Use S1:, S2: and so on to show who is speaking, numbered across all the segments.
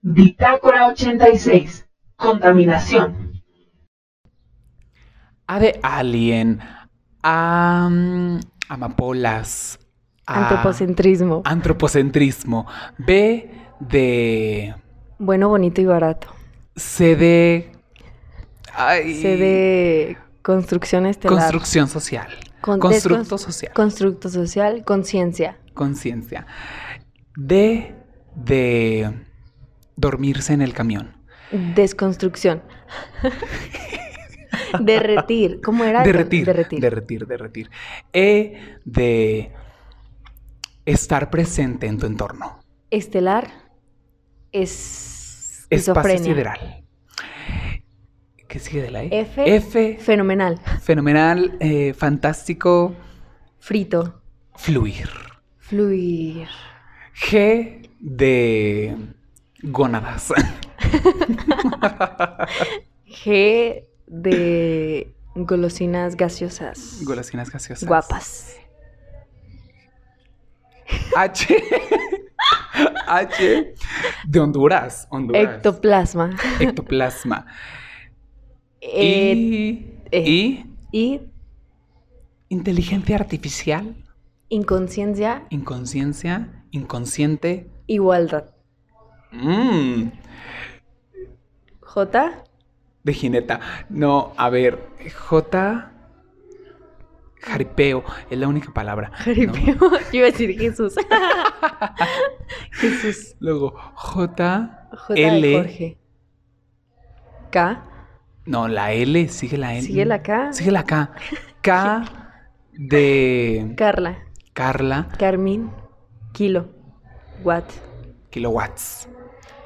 S1: Bitácora 86. Contaminación.
S2: A de alien, a mm, amapolas, a
S3: Antropocentrismo.
S2: antropocentrismo, B de
S3: Bueno, bonito y barato.
S2: C de ay,
S3: C de construcción estelar.
S2: construcción social,
S3: Con-
S2: constructo
S3: descons-
S2: social,
S3: Constructo social, conciencia.
S2: conciencia, D de dormirse en el camión,
S3: Desconstrucción. derretir. ¿Cómo era?
S2: derretir,
S3: Derretir.
S2: derretir, derretir, E de estar presente en tu entorno.
S3: Estelar. Es.
S2: Espacio
S3: esquizofrenia.
S2: sideral. ¿Qué sigue de la E?
S3: F.
S2: F,
S3: Fenomenal.
S2: fenomenal, eh, fantástico,
S3: Frito.
S2: fluir.
S3: Fluir.
S2: G de gónadas.
S3: G de golosinas gaseosas.
S2: Golosinas gaseosas.
S3: Guapas.
S2: H. H de Honduras. Honduras.
S3: Ectoplasma.
S2: Ectoplasma.
S3: Eh,
S2: y,
S3: eh.
S2: y
S3: y
S2: inteligencia artificial,
S3: inconsciencia,
S2: inconsciencia, inconsciente.
S3: igualdad.
S2: Mm.
S3: J.
S2: De jineta. No, a ver. J. Jaripeo. Es la única palabra. ¿no?
S3: Jaripeo. Yo iba a decir Jesús. Jesús.
S2: Luego, J.
S3: J. de
S2: L.
S3: Jorge. K.
S2: No, la L. Sigue la L.
S3: Sigue la K.
S2: Sigue la K. K de
S3: Carla.
S2: Carla
S3: Carmín. Kilo. Watt.
S2: Kilowatts.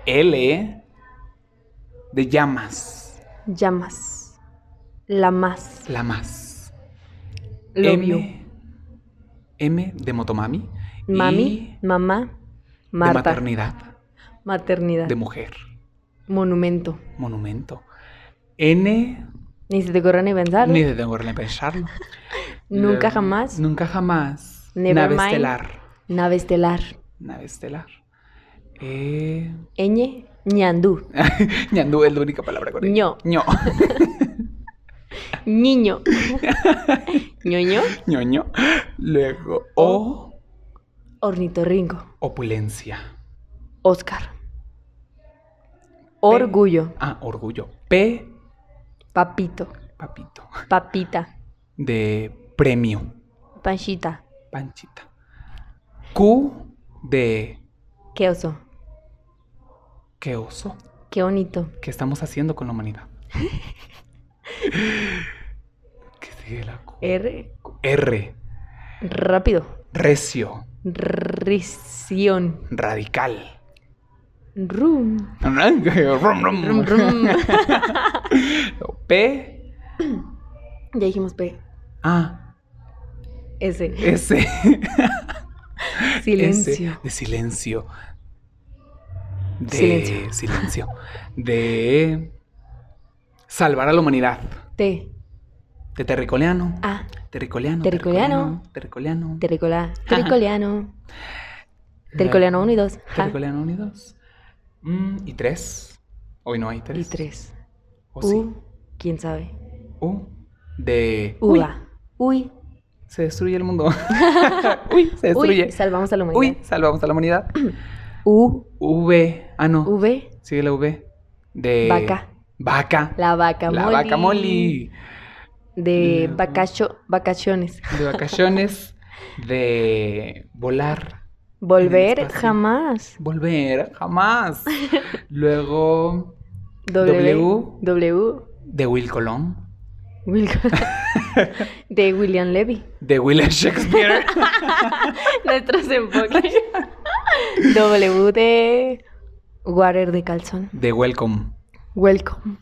S2: L de llamas.
S3: Llamas. La más.
S2: La más.
S3: Love
S2: M.
S3: you.
S2: M de Motomami.
S3: Mami.
S2: Y
S3: Mamá.
S2: de
S3: Marta.
S2: maternidad.
S3: Maternidad.
S2: De mujer.
S3: Monumento.
S2: Monumento. N
S3: Ni se te ocurra ni pensar.
S2: Ni de tengo que pensarlo.
S3: Nunca
S2: Luego,
S3: jamás.
S2: Nunca jamás.
S3: Never
S2: Nave
S3: mind.
S2: estelar.
S3: Nave estelar.
S2: Nave estelar. Eh...
S3: Ñ. Ñandú.
S2: Ñandú es la única palabra correcta.
S3: Ño.
S2: Ño.
S3: Niño. Ñoño.
S2: Ñoño. Luego. O.
S3: Ornitorrinco.
S2: Opulencia.
S3: Oscar. Orgullo.
S2: Ah, orgullo. P.
S3: Papito.
S2: Papito.
S3: Papita.
S2: De premio.
S3: Panchita.
S2: Panchita. Q. De.
S3: Qué oso.
S2: ¿Qué oso?
S3: Qué bonito.
S2: ¿Qué estamos haciendo con la humanidad? ¿Qué sigue la Q?
S3: R.
S2: R.
S3: Rápido.
S2: Recio.
S3: Risión.
S2: Radical.
S3: Rum.
S2: Rum, rum.
S3: Rum, rum.
S2: P.
S3: ya dijimos P.
S2: A.
S3: S.
S2: S. S
S3: Silencio.
S2: De silencio. De
S3: Silencio.
S2: silencio. De salvar a la humanidad.
S3: T.
S2: De terricoleano.
S3: A.
S2: Terricoleano.
S3: Ah. Terricoleano.
S2: Terricoleano.
S3: Terricola. Terricoliano. Terricoliano 1 y 2.
S2: Ah. Terricoleano unidos. Mm, y tres. Hoy no hay tres.
S3: Y 3.
S2: O sí.
S3: U. ¿Quién sabe?
S2: U. De. Uy,
S3: Uva. Uy.
S2: se destruye el mundo. Uy, se destruye.
S3: Uy. Salvamos a la
S2: Uy,
S3: humanidad.
S2: salvamos a la humanidad.
S3: U.
S2: V. Ah, no.
S3: V.
S2: Sigue la V. De.
S3: Vaca.
S2: Vaca.
S3: La vaca
S2: La
S3: moli.
S2: vaca moli.
S3: De
S2: Luego.
S3: vacacho, vacaciones.
S2: De vacaciones. de volar.
S3: Volver
S2: espacio.
S3: jamás.
S2: Volver. Jamás. Luego. W.
S3: W. W.
S2: De Will Colón.
S3: Wilco- De William Levy.
S2: De William Shakespeare.
S3: Nuestros enfoques. W de Water de Calzón.
S2: de Welcome.
S3: Welcome.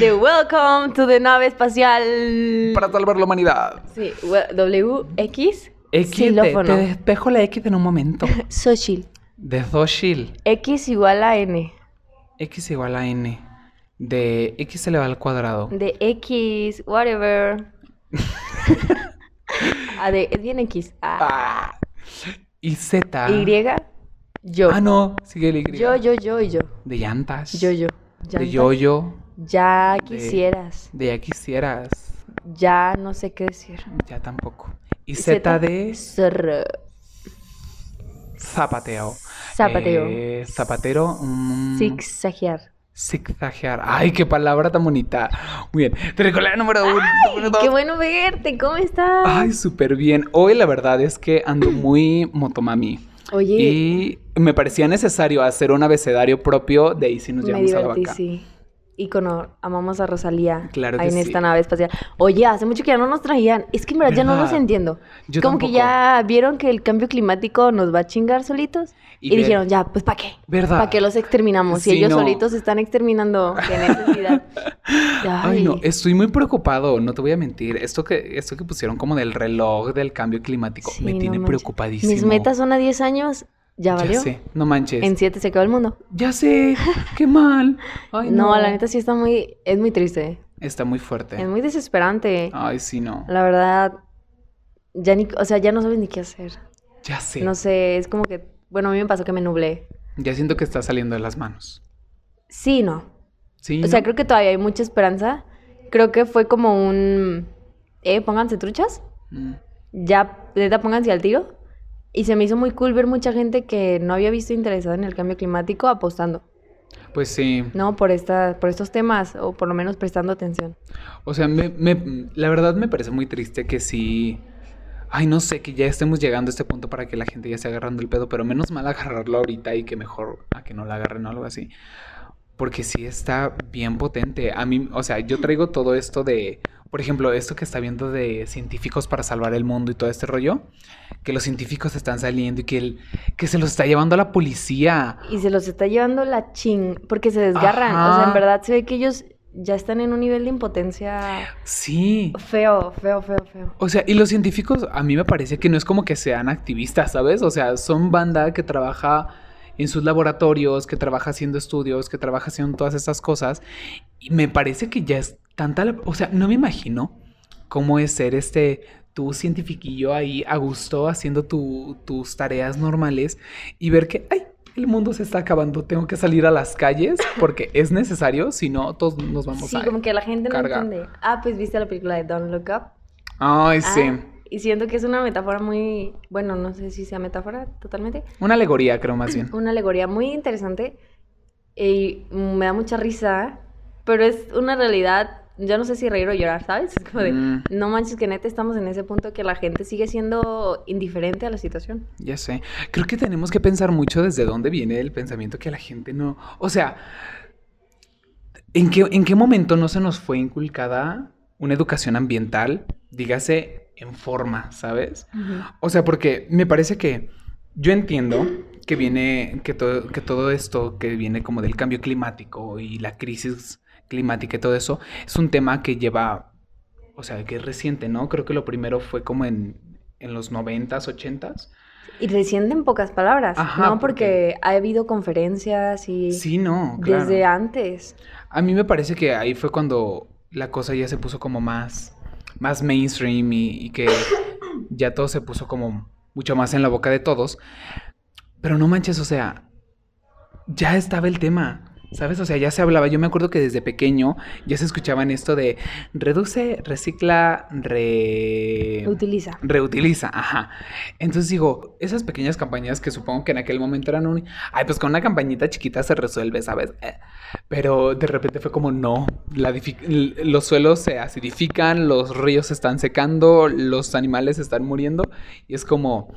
S3: De Welcome to the nave espacial.
S2: Para salvar la humanidad.
S3: Sí, we- WX.
S2: X. te- Te,
S3: Xilófono.
S2: despejo la X en un momento.
S3: Xochitl.
S2: De Zoshil.
S3: X igual a N.
S2: X igual a N. De X elevado al cuadrado.
S3: De X, whatever. ah, de, es bien X. Ah.
S2: Ah. Y Z.
S3: Y, Yo.
S2: Ah, no, sigue el Y.
S3: yo, yo, yo y yo.
S2: De llantas.
S3: Yo, yo. Ya,
S2: De yo-yo.
S3: Ya
S2: De-
S3: quisieras.
S2: De ya quisieras.
S3: Ya no sé qué decir.
S2: Ya tampoco. Y Z de
S3: Zorro.
S2: zapateo.
S3: Zapateo.
S2: Eh, zapatero. mm,
S3: Zigzaguear.
S2: Zigzaguear. Ay, qué palabra tan bonita. Muy bien. Tricolor número uno. número dos.
S3: Qué bueno verte, ¿cómo estás?
S2: Ay, súper bien. Hoy la verdad es que ando muy motomami.
S3: Oye,
S2: Y me parecía necesario hacer un abecedario propio de ahí si nos
S3: me
S2: llevamos a la
S3: divertí,
S2: vaca.
S3: sí. Ícono, amamos a Rosalía.
S2: Claro que
S3: ahí en
S2: sí.
S3: esta nave espacial. Oye, hace mucho que ya no nos traían. Es que en verdad, ya no
S2: ¿Verdad?
S3: nos entiendo.
S2: Yo
S3: Como que
S2: tampoco.
S3: ya vieron que el cambio climático nos va a chingar solitos.
S2: Y
S3: Y,
S2: ver-
S3: dijeron, ya, pues ¿para qué?
S2: ¿Verdad?
S3: ¿Para qué los exterminamos? Si
S2: Sí,
S3: ellos
S2: no.
S3: solitos se están exterminando, qué necesidad.
S2: Ay, no,
S3: Ay.
S2: estoy muy preocupado, no te voy a mentir. Esto que, esto que pusieron como del reloj del cambio climático
S3: Sí,
S2: me
S3: no
S2: tiene
S3: manches.
S2: preocupadísimo.
S3: Mis metas son a 10 años, ya valió.
S2: Ya sé, no manches.
S3: En 7 se acabó el mundo.
S2: Ya sé, qué mal. Ay,
S3: no,
S2: no,
S3: la neta sí está muy, es muy triste,
S2: Está muy fuerte.
S3: es muy desesperante.
S2: Ay, sí, no.
S3: La verdad, ya ni, o sea, ya no sabes ni qué hacer.
S2: Ya sé.
S3: No sé, es como que, bueno, a mí me pasó que me nublé.
S2: Ya siento que está saliendo de las manos.
S3: Sí, no.
S2: Sí.
S3: O sea,
S2: ¿no?
S3: creo que todavía hay mucha esperanza. Creo que fue como un, eh, pónganse truchas.
S2: Mm.
S3: ya, neta, pónganse al tiro. Y se me hizo muy cool ver mucha gente que no había visto interesada en el cambio climático apostando,
S2: Pues sí.
S3: ¿no? Por, esta, por estos temas, o por lo menos prestando atención.
S2: O sea, me- me- la verdad me parece muy triste que sí. Ay, no sé, que ya estemos llegando a este punto para que la gente ya esté agarrando el pedo, pero menos mal agarrarlo ahorita y que mejor a que no la agarren o algo así. Porque sí está bien potente. A mí, o sea, yo traigo todo esto de, por ejemplo, esto que está viendo de científicos para salvar el mundo y todo este rollo, que los científicos están saliendo y que, el, que se los está llevando la policía.
S3: Y se los está llevando la ching, porque se desgarran. O sea,
S2: Ajá.
S3: en verdad se ve que ellos ya están en un nivel de impotencia
S2: Sí.
S3: feo, feo, feo, feo.
S2: O sea, y los científicos a mí me parece que no es como que sean activistas, ¿sabes? O sea, son banda que trabaja en sus laboratorios, que trabaja haciendo estudios, que trabaja haciendo todas estas cosas. Y me parece que ya es tanta... la- O sea, no me imagino cómo es ser este... Tu cientifiquillo ahí a gusto haciendo tu- tus tareas normales y ver que, ay, el mundo se está acabando, tengo que salir a las calles porque es necesario, si no, todos nos vamos
S3: Sí,
S2: a...
S3: como que la gente no
S2: cargar.
S3: entiende. Ah, pues viste la película de Don't Look Up.
S2: Ay, sí.
S3: Ah, y siento que es una metáfora muy, bueno, no sé si sea metáfora totalmente,
S2: Una alegoría, creo, más bien.
S3: una alegoría muy interesante y me da mucha risa, pero es una realidad, yo no sé si reír o llorar, ¿sabes? Es como de,
S2: Mm.
S3: no manches que neta estamos en ese punto que la gente sigue siendo indiferente a la situación.
S2: Ya sé. Creo que tenemos que pensar mucho desde dónde viene el pensamiento que la gente no. O sea, ¿en qué, en qué momento no se nos fue inculcada una educación ambiental? Dígase en forma, ¿sabes? O sea, porque me parece que yo entiendo que viene, que todo, que todo esto que viene como del cambio climático y la crisis climática y todo eso, es un tema que lleva, o sea, que es reciente, ¿no? Creo que lo primero fue como en, en los 90s, 80s.
S3: Y reciente en pocas palabras,
S2: Ajá,
S3: ¿no? Porque ha habido conferencias y
S2: Sí, no, claro.
S3: desde antes.
S2: A mí me parece que ahí fue cuando la cosa ya se puso como más, más mainstream y, y que ya todo se puso como mucho más en la boca de todos. Pero no manches, o sea, ya estaba el tema, ¿sabes? O sea, ya se hablaba. Yo me acuerdo que desde pequeño ya se escuchaban esto de reduce, recicla, re...
S3: Utiliza.
S2: Reutiliza, ajá. Entonces digo, esas pequeñas campañas que supongo que en aquel momento eran un... Ay, pues con una campañita chiquita se resuelve, ¿sabes? Eh, Pero de repente fue como, no, la difi- l- los suelos se acidifican, los ríos se están secando, los animales se están muriendo. Y es como,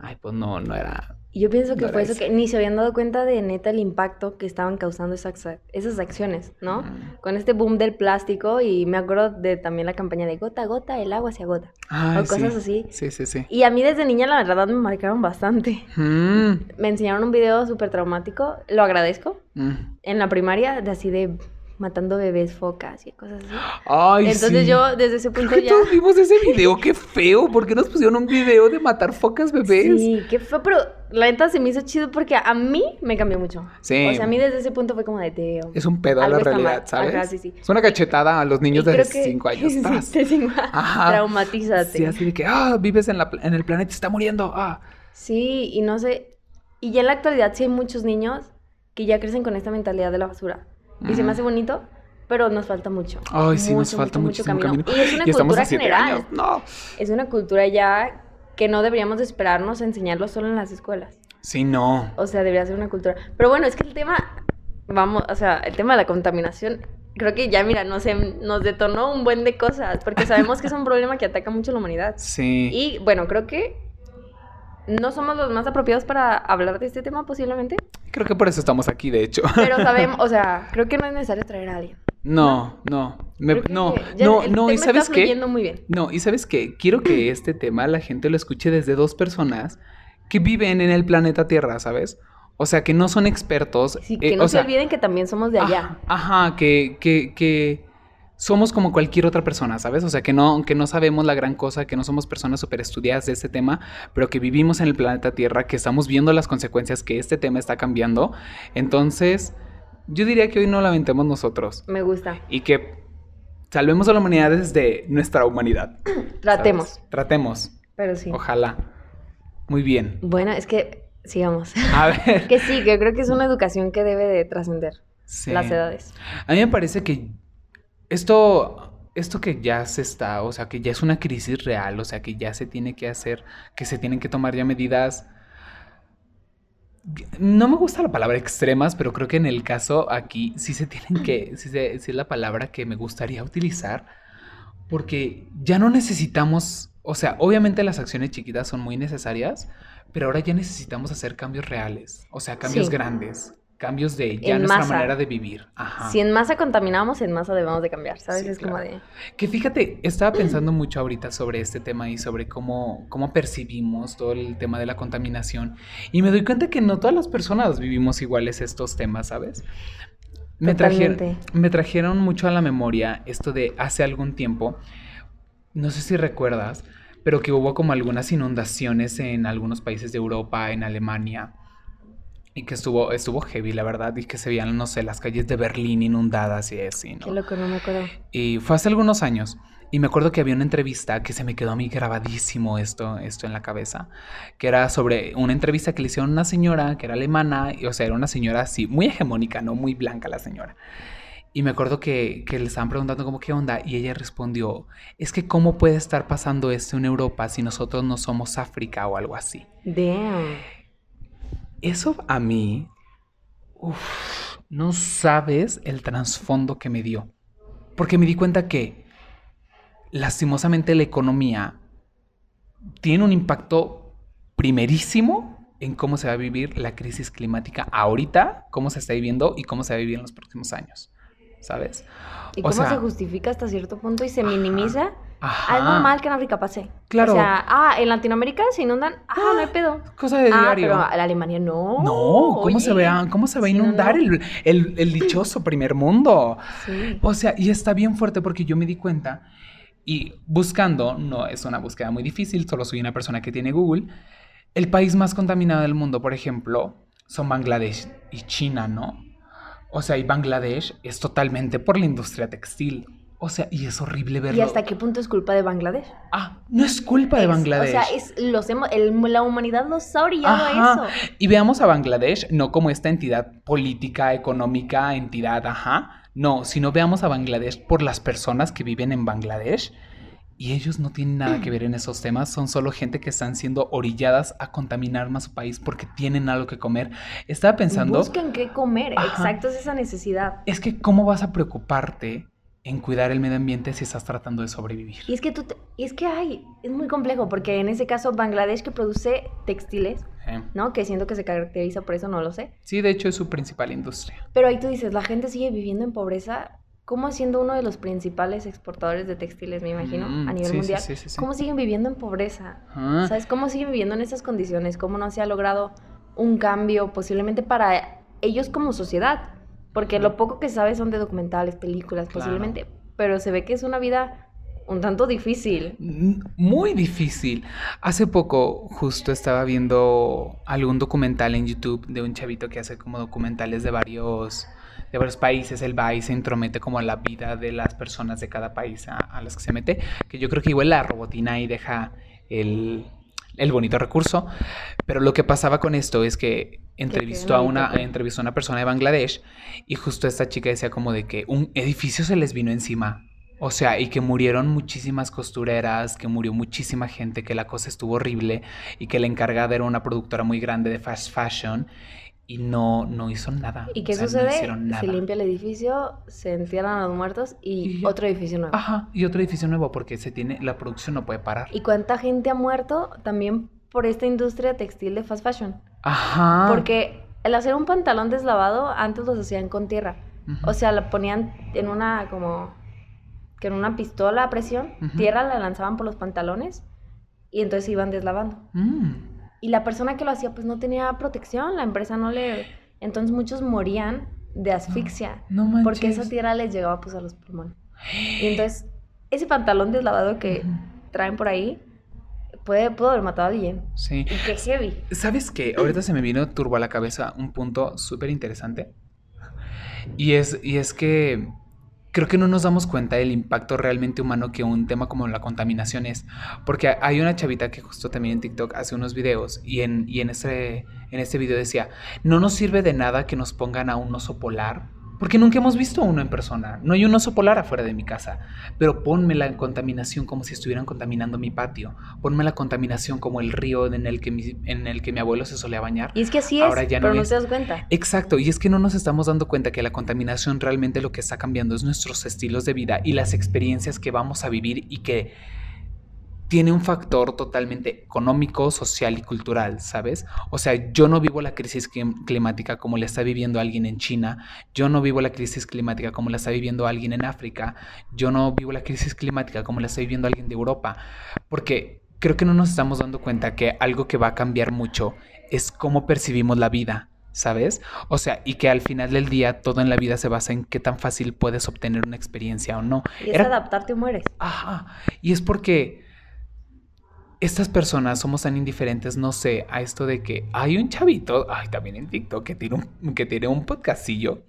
S2: ay, pues no, no era...
S3: Y yo pienso que
S2: No
S3: fue
S2: era
S3: eso que ni se habían dado cuenta de neta el impacto que estaban causando esas, ac- esas acciones, ¿no?
S2: Mm.
S3: con este boom del plástico y me acuerdo de también la campaña de gota a gota, el agua se agota.
S2: Ay,
S3: o cosas
S2: sí.
S3: así.
S2: Sí, sí, sí.
S3: Y a mí desde niña la verdad me marcaron bastante.
S2: Mm,
S3: Me enseñaron un video súper traumático, lo agradezco,
S2: mm.
S3: en la primaria, de así de matando bebés focas y cosas así.
S2: Ay,
S3: Entonces
S2: sí.
S3: yo desde ese punto
S2: Creo que
S3: ya...
S2: todos vimos ese video, qué feo. ¿Por qué nos pusieron un video de matar focas bebés?
S3: Sí, qué fue, pero la neta se me hizo chido porque a mí me cambió mucho.
S2: Sí.
S3: O sea, a mí desde ese punto fue como de te
S2: Es un pedo a la
S3: Algo está
S2: realidad,
S3: mal.
S2: ¿sabes?
S3: Ajá, sí, sí.
S2: Es una cachetada a los niños de 5 años. Ah,
S3: Sí,
S2: ¡tas!
S3: de cinco-
S2: Ajá.
S3: Traumatízate.
S2: Sí, así de que, ah, vives en, la pla- en el planeta, está muriendo. Ah,
S3: Sí, y no sé, Y ya en la actualidad sí hay muchos niños que ya crecen con esta mentalidad de la basura. Y se
S2: Ujú.
S3: me hace bonito, pero nos falta mucho.
S2: Ay, sí, nos
S3: Mucho,
S2: falta
S3: mucho, mucho
S2: muchísimo camino.
S3: Y es una
S2: Y estamos
S3: cultura
S2: a siete
S3: general.
S2: años. No.
S3: Es una cultura ya que no deberíamos de esperarnos a enseñarlo solo en las escuelas.
S2: Sí, no.
S3: O sea, debería ser una cultura. Pero bueno, es que el tema, vamos, o sea, el tema de la contaminación, creo que ya, mira, nos, em- nos detonó un buen de cosas, porque sabemos que es un problema que ataca mucho a la humanidad.
S2: Sí.
S3: Y bueno, creo que no somos los más apropiados para hablar de este tema posiblemente,
S2: Creo que por eso estamos aquí, de hecho.
S3: pero sabemos, o sea, creo que no es necesario traer a alguien.
S2: No, no. me-
S3: Creo que
S2: no,
S3: ya
S2: no,
S3: el
S2: no. ¿Y
S3: tema está
S2: sabes qué?
S3: fluyendo muy bien.
S2: No, y sabes qué? Quiero que este tema la gente lo escuche desde dos personas que viven en el planeta Tierra, ¿sabes? O sea, que no son expertos.
S3: Sí,
S2: eh,
S3: que no
S2: o
S3: se
S2: sea,
S3: olviden que también somos de allá.
S2: Ajá, ajá, que, que, que somos como cualquier otra persona, ¿sabes? O sea, que no, que no sabemos la gran cosa, que no somos personas súper estudiadas de este tema, pero que vivimos en el planeta Tierra, que estamos viendo las consecuencias que este tema está cambiando. Entonces, yo diría que hoy no lamentemos nosotros
S3: Me gusta.
S2: y que salvemos a la humanidad desde nuestra humanidad. ¿sabes?
S3: Tratemos,
S2: Tratemos,
S3: pero sí.
S2: ojalá. Muy bien.
S3: Bueno, es que sigamos.
S2: A ver.
S3: Que sí, que creo que es una educación que debe de trascender
S2: Sí.
S3: las edades.
S2: A mí me parece que esto, esto que ya se está, o sea, que ya es una crisis real, o sea, que ya se tiene que hacer, que se tienen que tomar ya medidas. No me gusta la palabra extremas, pero creo que en el caso aquí sí se tienen que, sí, se- sí es la palabra que me gustaría utilizar, porque ya no necesitamos, o sea, obviamente las acciones chiquitas son muy necesarias, pero ahora ya necesitamos hacer cambios reales, o sea, cambios
S3: Sí.
S2: grandes, cambios de ya
S3: En
S2: nuestra
S3: masa.
S2: manera de vivir. Ajá.
S3: Si en masa contaminamos, en masa debemos de cambiar, ¿sabes?
S2: Sí,
S3: es como
S2: claro.
S3: de...
S2: Que fíjate, estaba pensando mucho ahorita sobre este tema y sobre cómo, cómo percibimos todo el tema de la contaminación. Y me doy cuenta que no todas las personas vivimos iguales estos temas, ¿sabes? Me, trajer-
S3: Totalmente.
S2: me trajeron mucho a la memoria esto de hace algún tiempo, no sé si recuerdas, pero que hubo como algunas inundaciones en algunos países de Europa, en Alemania. Y que estuvo, estuvo heavy, la verdad, y que se veían, no sé, las calles de Berlín inundadas y así, ¿no?
S3: Qué loco, no me acuerdo.
S2: Y fue hace algunos años. Y me acuerdo que había una entrevista que se me quedó a mí grabadísimo esto, esto en la cabeza, que era sobre una entrevista que le hicieron a una señora que era alemana, y, o sea, era una señora así, muy hegemónica, ¿no? Muy blanca la señora. Y me acuerdo que, que le estaban preguntando como qué onda, y ella respondió, es que cómo puede estar pasando esto en Europa si nosotros no somos África o algo así.
S3: Damn.
S2: Eso a mí, uf, no sabes el trasfondo que me dio. Porque me di cuenta que, lastimosamente, la economía tiene un impacto primerísimo en cómo se va a vivir la crisis climática ahorita, cómo se está viviendo y cómo se va a vivir en los próximos años. ¿Sabes?
S3: ¿Y
S2: O
S3: cómo
S2: sea-
S3: se justifica hasta cierto punto y se
S2: Ajá.
S3: minimiza?
S2: Ajá.
S3: Algo mal que en África pase.
S2: Ah. Claro.
S3: O sea, ah, en Latinoamérica se inundan. Ah, no hay pedo.
S2: Cosa de
S3: ah,
S2: diario.
S3: pero la Alemania no.
S2: No, ¿cómo se Ah.
S3: oye.
S2: vea- cómo se va a
S3: Sí, no,
S2: inundar
S3: no.
S2: el- el- el dichoso primer mundo?
S3: Sí.
S2: O sea, y está bien fuerte porque yo me di cuenta y buscando, no es una búsqueda muy difícil, solo soy una persona que tiene Google, el país más contaminado del mundo, por ejemplo, son Bangladesh y China, ¿no? O sea, y Bangladesh es totalmente por la industria textil. O sea, y es horrible verlo.
S3: ¿Y hasta qué punto es culpa de Bangladesh?
S2: Ah, no es culpa de
S3: Es-
S2: Bangladesh.
S3: O sea, es, los hemos- el- la humanidad nos ha orillado
S2: Ajá.
S3: a eso.
S2: Y veamos a Bangladesh no como esta entidad política, económica, entidad, ajá. No, sino veamos a Bangladesh por las personas que viven en Bangladesh. Y ellos no tienen nada que ver en esos temas, son solo gente que están siendo orilladas a contaminar más su país porque tienen algo que comer. Estaba pensando,
S3: Buscan qué comer.
S2: Ajá.
S3: Exacto, es esa necesidad.
S2: es que ¿cómo vas a preocuparte en cuidar el medio ambiente si estás tratando de sobrevivir?
S3: Y es que tú, te- y es que ay, es muy complejo porque en ese caso Bangladesh que produce textiles,
S2: Eh,
S3: ¿no? Que siento que se caracteriza por eso, no lo sé.
S2: Sí, de hecho es su principal industria.
S3: Pero ahí tú dices, la gente sigue viviendo en pobreza, ¿cómo siendo uno de los principales exportadores de textiles, me imagino,
S2: Mm,
S3: a nivel
S2: sí, sí,
S3: mundial?
S2: sí, Ah. sí, sí.
S3: ¿Cómo siguen viviendo en pobreza?
S2: Ajá.
S3: ¿Sabes cómo siguen viviendo en esas condiciones? ¿Cómo no se ha logrado un cambio posiblemente para ellos como sociedad? Porque lo poco que sabes son de documentales, películas,
S2: Claro.
S3: posiblemente, pero se ve que es una vida un tanto difícil.
S2: N- Muy difícil. Hace poco justo estaba viendo algún documental en YouTube de un chavito que hace como documentales de varios, de varios países. Él va y se intromete como a la vida de las personas de cada país a, a las que se mete. Que yo creo que igual la robotina ahí deja el, el bonito recurso. Pero lo que pasaba con esto es que entrevistó a una,
S3: bonito.
S2: entrevistó a una persona de Bangladesh y justo esta chica decía como de que un edificio se les vino encima. O sea, y que murieron muchísimas costureras, que murió muchísima gente, que la cosa estuvo horrible y que la encargada era una productora muy grande de fast fashion y no, no hizo nada.
S3: ¿Y qué
S2: O sea, no
S3: sucede?
S2: hicieron nada.
S3: se limpia el edificio, se entierran a los muertos y
S2: Y-
S3: otro edificio nuevo.
S2: Ajá, y otro edificio nuevo porque se tiene, la producción no puede parar.
S3: ¿Y cuánta gente ha muerto también por esta industria textil de fast fashion?
S2: Ajá.
S3: Porque el hacer un pantalón deslavado antes los hacían con tierra.
S2: Ujú.
S3: O sea, la ponían en una como que en una pistola a presión,
S2: Ujú.
S3: tierra la lanzaban por los pantalones y entonces se iban deslavando.
S2: Mm.
S3: Y la persona que lo hacía pues no tenía protección, la empresa no le entonces muchos morían de asfixia
S2: Ah. No manches.
S3: porque esa tierra les llegaba pues a los pulmones. Y entonces ese pantalón deslavado que
S2: Ujú.
S3: traen por ahí puede pudo haber matado a alguien.
S2: Sí.
S3: Y qué heavy.
S2: ¿Sabes qué? Ahorita se me vino turbo a la cabeza un punto súper interesante. Y es, y es que creo que no nos damos cuenta del impacto realmente humano que un tema como la contaminación es. Porque ha- hay una chavita que justo también en TikTok hace unos videos y en, y en, este, en este video decía, no nos sirve de nada que nos pongan a un oso polar. Porque nunca hemos visto uno en persona. No hay un oso polar afuera de mi casa. Pero ponme la contaminación como si estuvieran contaminando mi patio. Ponme la contaminación como el río en el que mi, en el que mi abuelo se solía bañar.
S3: Y es que así
S2: Ahora
S3: es,
S2: ya no
S3: pero no
S2: es.
S3: te das cuenta.
S2: Exacto, y es que no nos estamos dando cuenta que la contaminación realmente lo que está cambiando es nuestros estilos de vida y las experiencias que vamos a vivir y que tiene un factor totalmente económico, social y cultural, ¿sabes? O sea, yo no vivo la crisis clim- climática como la está viviendo alguien en China, yo no vivo la crisis climática como la está viviendo alguien en África, yo no vivo la crisis climática como la está viviendo alguien de Europa, porque creo que no nos estamos dando cuenta que algo que va a cambiar mucho es cómo percibimos la vida, ¿sabes? O sea, y que al final del día todo en la vida se basa en qué tan fácil puedes obtener una experiencia o no.
S3: Y es
S2: Era-
S3: adaptarte o mueres.
S2: Ajá. Y es porque estas personas somos tan indiferentes, no sé, a esto de que hay un chavito, ay, también en TikTok, que tiene un, que tiene un podcastillo,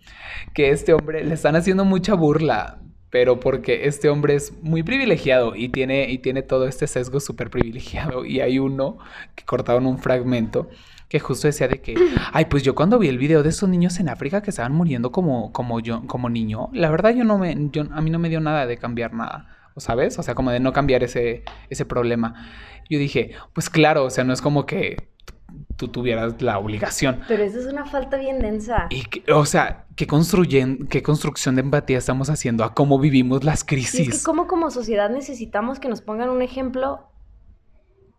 S2: que este hombre le están haciendo mucha burla. Pero porque este hombre es muy privilegiado y tiene, y tiene todo este sesgo súper privilegiado. Y hay uno que cortaron un fragmento que justo decía de que, ay, pues yo cuando vi el video de esos niños en África que estaban muriendo como, como yo, como niño, la verdad yo no me, yo, a mí no me dio nada de cambiar nada, ¿o ¿sabes? O sea, como de no cambiar ese, ese problema. Yo dije, pues claro, o sea, no es como que t- tú tuvieras la obligación.
S3: Pero eso es una falta bien densa.
S2: Y, que- o sea, ¿qué, construyen, ¿qué construcción de empatía estamos haciendo a cómo vivimos las
S3: Y es que
S2: crisis?
S3: como como sociedad necesitamos que nos pongan un ejemplo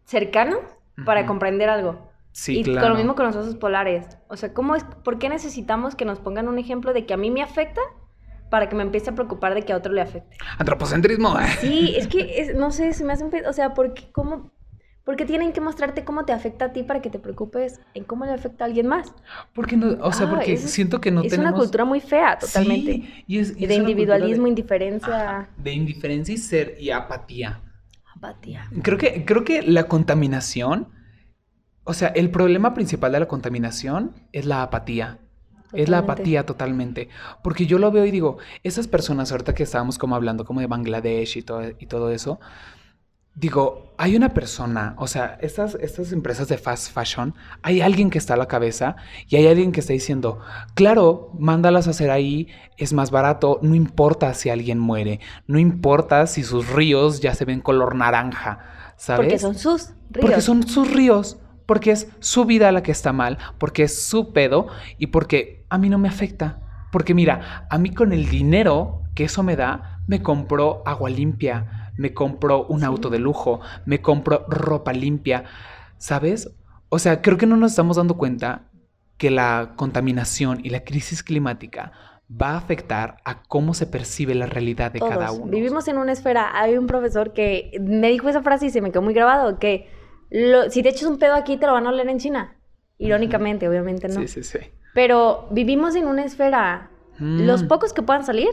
S3: cercano para
S2: Ujú.
S3: comprender algo.
S2: Sí,
S3: y
S2: claro.
S3: con lo mismo con los osos polares. O sea, ¿cómo es, ¿por qué necesitamos que nos pongan un ejemplo de que a mí me afecta para que me empiece a preocupar de que a otro le afecte?
S2: Antropocentrismo.
S3: Sí, es que, es- no sé, se me hace un pe- O sea, ¿por qué, cómo, ¿por qué tienen que mostrarte cómo te afecta a ti para que te preocupes en cómo le afecta a alguien más?
S2: Porque no, o sea,
S3: Ah,
S2: porque
S3: eso es-
S2: siento que no
S3: es
S2: tenemos...
S3: una cultura muy fea, totalmente.
S2: Sí, y, es, y
S3: Y
S2: es una
S3: de
S2: cultura
S3: individualismo,
S2: de-
S3: indiferencia,
S2: Ajá, de indiferencia y ser y apatía.
S3: apatía.
S2: Creo que, creo que la contaminación, o sea, el problema principal de la contaminación es la apatía. Es la
S3: Totalmente.
S2: apatía totalmente. Porque yo lo veo y digo, esas personas ahorita que estábamos como hablando como de Bangladesh y todo, y todo eso, digo, hay una persona, o sea, estas, estas empresas de fast fashion, hay alguien que está a la cabeza y hay alguien que está diciendo, claro, mándalas a hacer ahí, es más barato, no importa si alguien muere, no importa si sus ríos ya se ven color naranja, ¿sabes?
S3: Porque son sus ríos.
S2: Porque son sus ríos, porque es su vida la que está mal, porque es su pedo y porque a mí no me afecta. Porque mira, a mí con el dinero que eso me da, me compró agua limpia, me compró un
S3: Sí.
S2: auto de lujo, me compró ropa limpia, ¿sabes? O sea, creo que no nos estamos dando cuenta que la contaminación y la crisis climática va a afectar a cómo se percibe la realidad de cada
S3: Todos.
S2: uno.
S3: Vivimos en una esfera. Hay un profesor que me dijo esa frase y se me quedó muy grabado, que lo- si te echas un pedo aquí te lo van a oler en China. Irónicamente, obviamente no.
S2: Sí, sí, sí.
S3: Pero vivimos en una esfera. Los
S2: Mm.
S3: pocos que puedan salir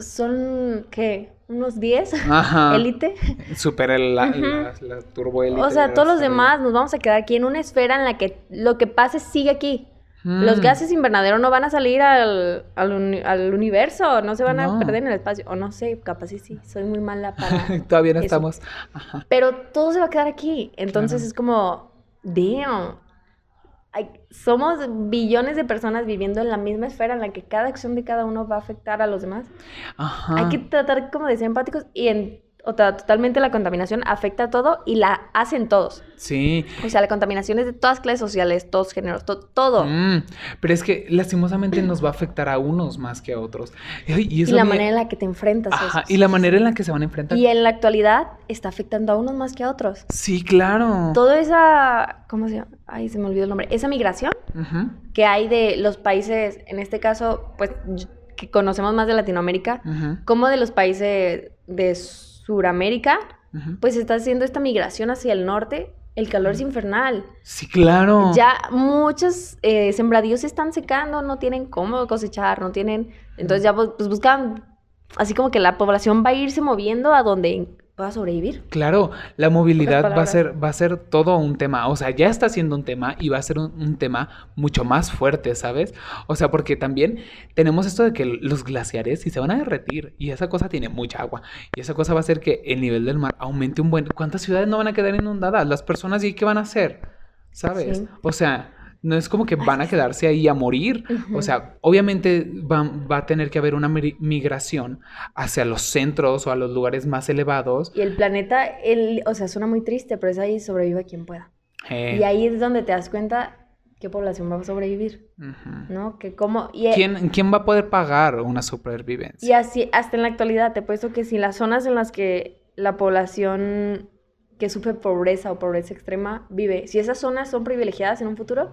S3: son, ¿qué? ¿Unos 10?
S2: Ajá.
S3: ¿Élite?
S2: Super el, la,
S3: Ujú.
S2: la- la turboélite
S3: O sea,
S2: de
S3: todos los
S2: hasta
S3: demás nos vamos a quedar aquí en una esfera en la que lo que pase sigue aquí.
S2: arriba.
S3: Los
S2: Mm.
S3: gases invernadero no van a salir al, al, uni- al universo, no se van
S2: No.
S3: a perder en el espacio. O no sé, capaz sí, sí, soy muy mala para...
S2: Todavía no
S3: Eso.
S2: estamos. Ajá.
S3: Pero todo se va a quedar aquí. Entonces
S2: Claro.
S3: es como, damn. Ay, somos billones de personas viviendo en la misma esfera en la que cada acción de cada uno va a afectar a los demás.
S2: Ajá.
S3: Hay que tratar como de ser empáticos y en, o sea, totalmente la contaminación afecta a todo y la hacen todos.
S2: Sí.
S3: O sea, la contaminación es de todas clases sociales, todos géneros, to- todo.
S2: Mm, Pero es que lastimosamente nos va a afectar a unos más que a otros. Ay, Y,
S3: Y
S2: eso
S3: la
S2: me-
S3: manera en la que te enfrentas. a
S2: Ajá,
S3: eso.
S2: y la manera en la que se van a enfrentar.
S3: Y en la actualidad está afectando a unos más que a otros.
S2: Sí, claro.
S3: Toda esa, ¿cómo se llama? Ay, se me olvidó el nombre. Esa migración
S2: Ujú,
S3: que hay de los países, en este caso, pues y- que conocemos más de Latinoamérica,
S2: ujú,
S3: como de los países de Suramérica,
S2: ujú.
S3: pues está haciendo esta migración hacia el norte. El calor es infernal.
S2: Sí, claro.
S3: Ya muchos eh, sembradíos se están secando, no tienen cómo cosechar, no tienen... Entonces ya pues buscan, así como que la población va a irse moviendo a donde va a sobrevivir.
S2: Claro, la movilidad va a
S3: palabras.
S2: ser, va a ser todo un tema. O sea, ya está siendo un tema y va a ser un, un tema mucho más fuerte, ¿sabes? O sea, porque también tenemos esto de que los glaciares sí se van a derretir y esa cosa tiene mucha agua y esa cosa va a hacer que el nivel del mar aumente un buen. ¿Cuántas ciudades no van a quedar inundadas? Las personas y qué van a hacer, ¿sabes?
S3: Sí.
S2: O sea, no es como que van a quedarse ahí a morir. O
S3: Ujú.
S2: sea, obviamente va, va a tener que haber una miri- migración hacia los centros o a los lugares más elevados.
S3: Y el planeta, el, o sea, suena muy triste, pero es ahí sobrevive quien pueda.
S2: Eh,
S3: Y ahí es donde te das cuenta qué población va a sobrevivir,
S2: ujú.
S3: ¿no? Que cómo... Y,
S2: ¿Quién, quién va a poder pagar una
S3: y
S2: supervivencia?
S3: así, hasta en la actualidad, te he puesto que si las zonas en las que la población que sufre pobreza o pobreza extrema vive, si esas zonas son privilegiadas en un futuro,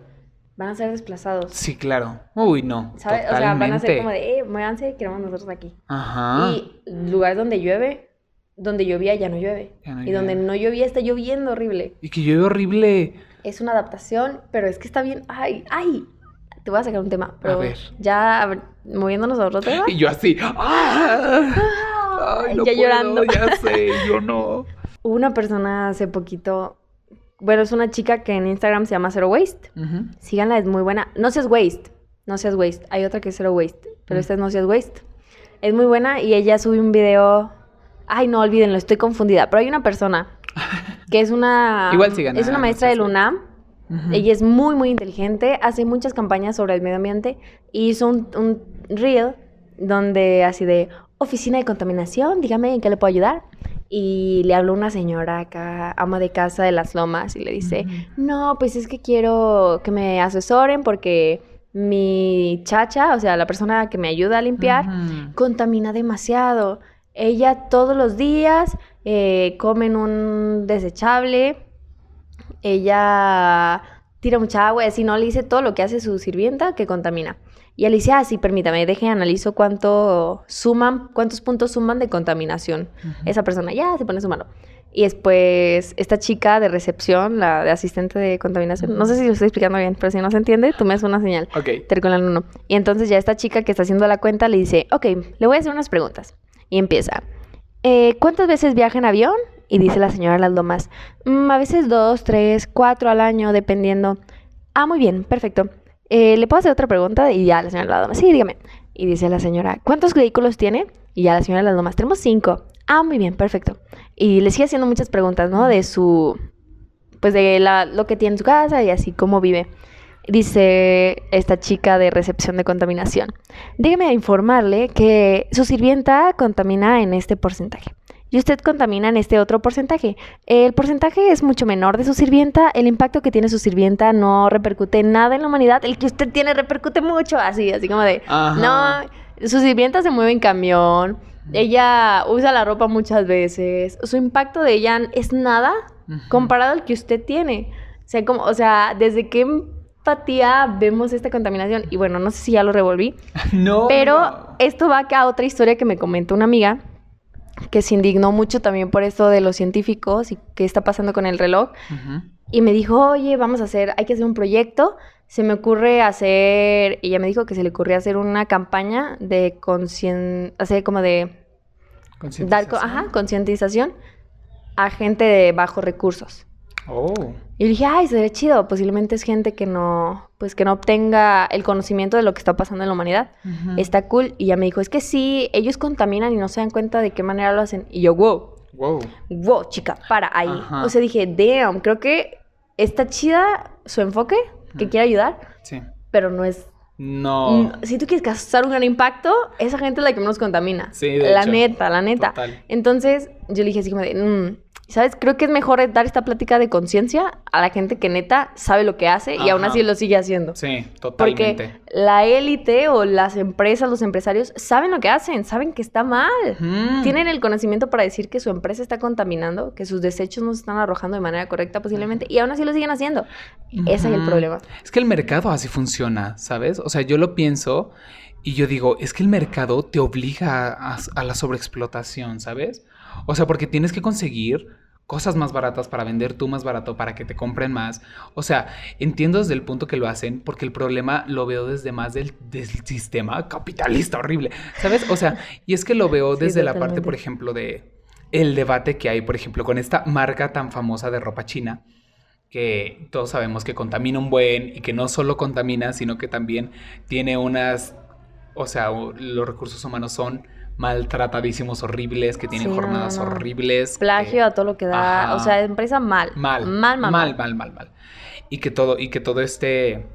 S3: van a ser desplazados.
S2: Sí, claro. Uy, no.
S3: ¿Sabes?
S2: Totalmente. Ah.
S3: O sea, van a ser como de, eh, muévanse, queremos nosotros aquí.
S2: Ajá.
S3: Y lugares donde llueve, donde llovía ya no llueve.
S2: Ya no
S3: y donde
S2: llueve.
S3: no llovía está lloviendo horrible.
S2: Y que llueve horrible.
S3: es una adaptación, pero es que está bien. Ay, ay. Te voy a sacar un tema, pero
S2: ver.
S3: ya a ver, moviéndonos a otro tema.
S2: Y yo así. ¡ah! Ay, no
S3: ya
S2: puedo,
S3: llorando.
S2: Ya sé, yo no.
S3: Hubo Una persona hace poquito, bueno, es una chica que en Instagram se llama Zero Waste.
S2: Ujú.
S3: Síganla, es muy buena. No seas waste, no seas waste. Hay otra que es Zero Waste, pero
S2: Mm.
S3: esta es No seas waste. Es muy buena y ella sube un video. Ay, no, olvídenlo, estoy confundida. Pero hay una persona que es una...
S2: Igual síganla,
S3: Es una
S2: No
S3: maestra
S2: seas
S3: del
S2: waste.
S3: UNAM.
S2: Ujú.
S3: Ella es muy, muy inteligente, hace muchas campañas sobre el medio ambiente y hizo un, un reel donde así de oficina de contaminación, dígame en qué le puedo ayudar. Y le habló una señora acá, ama de casa de las lomas, y le dice,
S2: Ujú.
S3: no, pues es que quiero que me asesoren porque mi chacha, o sea, la persona que me ayuda a limpiar,
S2: Ujú.
S3: contamina demasiado. Ella todos los días eh, comen un desechable, ella tira mucha agua, y así no le dice todo lo que hace su sirvienta que contamina. Y ella le dice, ah, sí, permítame, deje, analizo cuánto suman, cuántos puntos suman de contaminación.
S2: Ujú.
S3: Esa persona ya se pone su mano. Y después, esta chica de recepción, la de asistente de contaminación, no sé si lo estoy explicando bien, pero si no se entiende, tú me haces una señal.
S2: Ok.
S3: Tercolan uno. Y entonces ya esta chica que está haciendo la cuenta le dice, ok, le voy a hacer unas preguntas. Y empieza, "Eh, ¿cuántas veces viaja en avión? Y dice la señora Las Lomas, "Mm, a veces dos, tres, cuatro al año, dependiendo. Ah, muy bien, perfecto. "Eh, ¿Le puedo hacer otra pregunta? Y ya la señora Las Lomas, sí, dígame. Y dice la señora, ¿cuántos vehículos tiene? Y ya la señora Las Lomas, tenemos cinco. Ah, muy bien, perfecto. Y le sigue haciendo muchas preguntas, ¿no? De su, pues de la- lo que tiene en su casa y así cómo vive. Dice esta chica de recepción de contaminación. Déjeme a informarle que su sirvienta contamina en este porcentaje. Y usted contamina en este otro porcentaje. El porcentaje es mucho menor de su sirvienta. El impacto que tiene su sirvienta no repercute en nada en la humanidad. El que usted tiene repercute mucho. Así, así como de.
S2: Ajá.
S3: No, su sirvienta se mueve en camión. Ella usa la ropa muchas veces. Su impacto de ella es nada
S2: Ujú.
S3: comparado al que usted tiene. O sea, como, o sea, desde qué empatía vemos esta contaminación. Y bueno, no sé si ya lo revolví,
S2: No.
S3: pero
S2: Oh, no.
S3: esto va acá a otra historia que me comentó una amiga que se indignó mucho también por esto de los científicos y qué está pasando con el reloj.
S2: Ujú.
S3: Y me dijo, oye, vamos a hacer, hay que hacer un proyecto. Se me ocurre hacer, ella me dijo que se le ocurrió hacer una campaña de conciencia, hacer como de dar, co-
S2: Concientización.
S3: ajá, concientización a gente de bajos recursos.
S2: Oh.
S3: Y yo dije, ay, se ve chido. Posiblemente es gente que no, pues que no obtenga el conocimiento de lo que está pasando en la humanidad.
S2: Ujú.
S3: Está cool. Y ya me dijo, es que sí, ellos contaminan y no se dan cuenta de qué manera lo hacen. Y yo, wow,
S2: Wow.
S3: wow, chica, para ahí.
S2: Ajá.
S3: O sea, dije, damn, creo que está chida su enfoque,
S2: Ujú.
S3: que
S2: Oh.
S3: quiere ayudar,
S2: Sí.
S3: pero no es
S2: No.
S3: Mm, Si tú quieres causar un gran impacto, esa gente es la que menos contamina.
S2: Sí, de
S3: La
S2: hecho.
S3: neta, la neta.
S2: Total.
S3: Entonces, yo le dije así como de, mm, ¿sabes? Creo que es mejor dar esta plática de conciencia a la gente que neta sabe lo que hace y aún
S2: Ajá.
S3: así lo sigue haciendo.
S2: Sí, totalmente.
S3: Porque la élite o las empresas, los empresarios, saben lo que hacen, saben que está mal.
S2: Mm.
S3: Tienen el conocimiento para decir que su empresa está contaminando, que sus desechos no se están arrojando de manera correcta posiblemente, y aún así lo siguen haciendo. Ese es el
S2: Ujú.
S3: problema.
S2: Es que el mercado así funciona, ¿sabes? O sea, yo lo pienso y yo digo, es que el mercado te obliga a, a la sobreexplotación, ¿sabes? O sea, porque tienes que conseguir cosas más baratas para vender tú más barato, para que te compren más. O sea, entiendo desde el punto que lo hacen, porque el problema lo veo desde más del, del sistema capitalista horrible, ¿sabes? O sea, y es que lo veo
S3: Sí,
S2: desde la parte,
S3: totalmente.
S2: por ejemplo, de el debate que hay, por ejemplo, con esta marca tan famosa de ropa china, que todos sabemos que contamina un buen y que no solo contamina, sino que también tiene unas, o sea, o- los recursos humanos son maltratadísimos, horribles, que tienen
S3: Sí, no,
S2: jornadas
S3: no, no.
S2: horribles. que-
S3: Plagio a todo lo que da,
S2: Ajá.
S3: o sea, empresa mal.
S2: mal,
S3: Mal, mal, mal.
S2: mal, mal, mal, mal. Y que todo, y que todo este,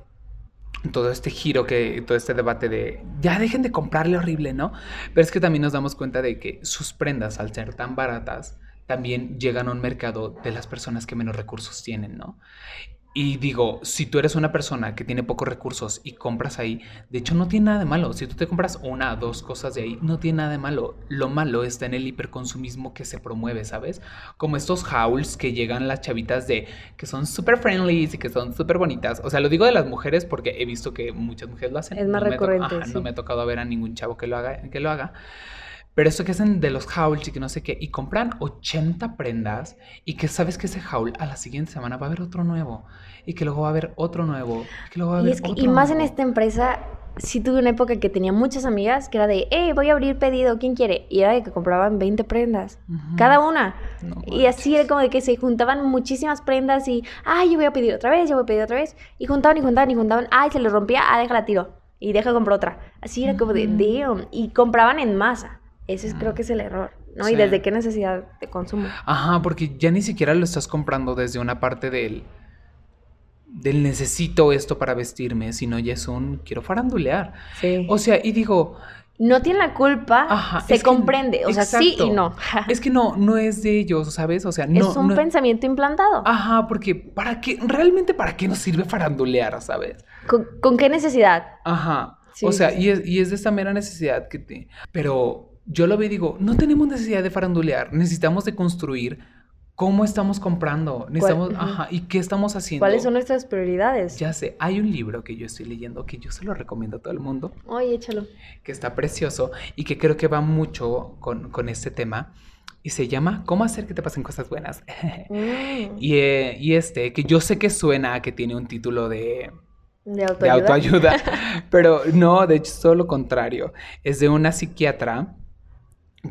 S2: todo este giro, que todo este debate de, ya dejen de comprarle horrible, ¿no? Pero es que también nos damos cuenta de que sus prendas, al ser tan baratas, también llegan a un mercado de las personas que menos recursos tienen, ¿no? Y digo, si tú eres una persona que tiene pocos recursos y compras ahí, de hecho no tiene nada de malo. Si tú te compras una o dos cosas de ahí, no tiene nada de malo. Lo malo está en el hiperconsumismo que se promueve, ¿sabes? Como estos hauls que llegan las chavitas de que son súper friendly y que son súper bonitas. O sea, lo digo de las mujeres porque he visto que muchas mujeres lo hacen.
S3: Es más
S2: No me to-
S3: recurrente,
S2: ajá,
S3: sí.
S2: No me ha tocado ver a ningún chavo que lo haga. Que lo haga. Pero esto que hacen de los hauls y que no sé qué, y compran 80 prendas y que sabes que ese haul a la siguiente semana va a haber otro nuevo y que luego va a haber otro nuevo y que luego va a
S3: Y,
S2: haber
S3: es que-
S2: otro
S3: y más en
S2: nuevo.
S3: esta empresa, sí tuve una época que tenía muchas amigas que era de, hey, voy a abrir pedido, ¿quién quiere? Y era de que compraban 20 prendas,
S2: Ujú.
S3: este, cada una.
S2: Mm. No
S3: Y así era
S2: manches.
S3: como de que se juntaban muchísimas prendas y, ay, yo voy a pedir otra vez, yo voy a pedir otra vez. Y juntaban y juntaban y juntaban, ay, se les rompía, ah, déjala tiro. Y deja comprar otra. Así era como de,
S2: Ujú. Mm.
S3: damn. Y compraban en masa. Ese es, creo que es el error, ¿no?
S2: Sí.
S3: Y desde qué necesidad de consumo.
S2: Ajá, porque ya ni siquiera lo estás comprando desde una parte del del necesito esto para vestirme, sino ya es un quiero farandulear.
S3: Sí.
S2: O sea, y digo,
S3: no tienen la culpa,
S2: Ajá,
S3: se
S2: es que-
S3: comprende. O sea, sí y
S2: exacto.
S3: no.
S2: es que no no es de ellos, ¿sabes? O sea, no
S3: es un
S2: no-
S3: pensamiento implantado.
S2: Ajá, porque ¿para qué? ¿Realmente para qué nos sirve farandulear, sabes?
S3: ¿Con, con qué necesidad?
S2: Ajá.
S3: Sí,
S2: o sea,
S3: sí, sí.
S2: Y, es, y es de esta mera necesidad que te... Pero yo lo veo y digo, no tenemos necesidad de farandulear, necesitamos de construir cómo estamos comprando, necesitamos,
S3: ujú.
S2: ajá, y qué estamos haciendo.
S3: ¿Cuáles son nuestras prioridades?
S2: Ya sé, hay un libro que yo estoy leyendo que yo se lo recomiendo a todo el mundo,
S3: Oye, échalo.
S2: que está precioso y que creo que va mucho con, con este tema, y se llama ¿Cómo hacer que te pasen cosas buenas?
S3: Mm,
S2: Y, eh, y este, que yo sé que suena a que tiene un título de,
S3: de
S2: de
S3: autoayuda.
S2: autoayuda, pero no, de hecho es todo lo contrario. Es de una psiquiatra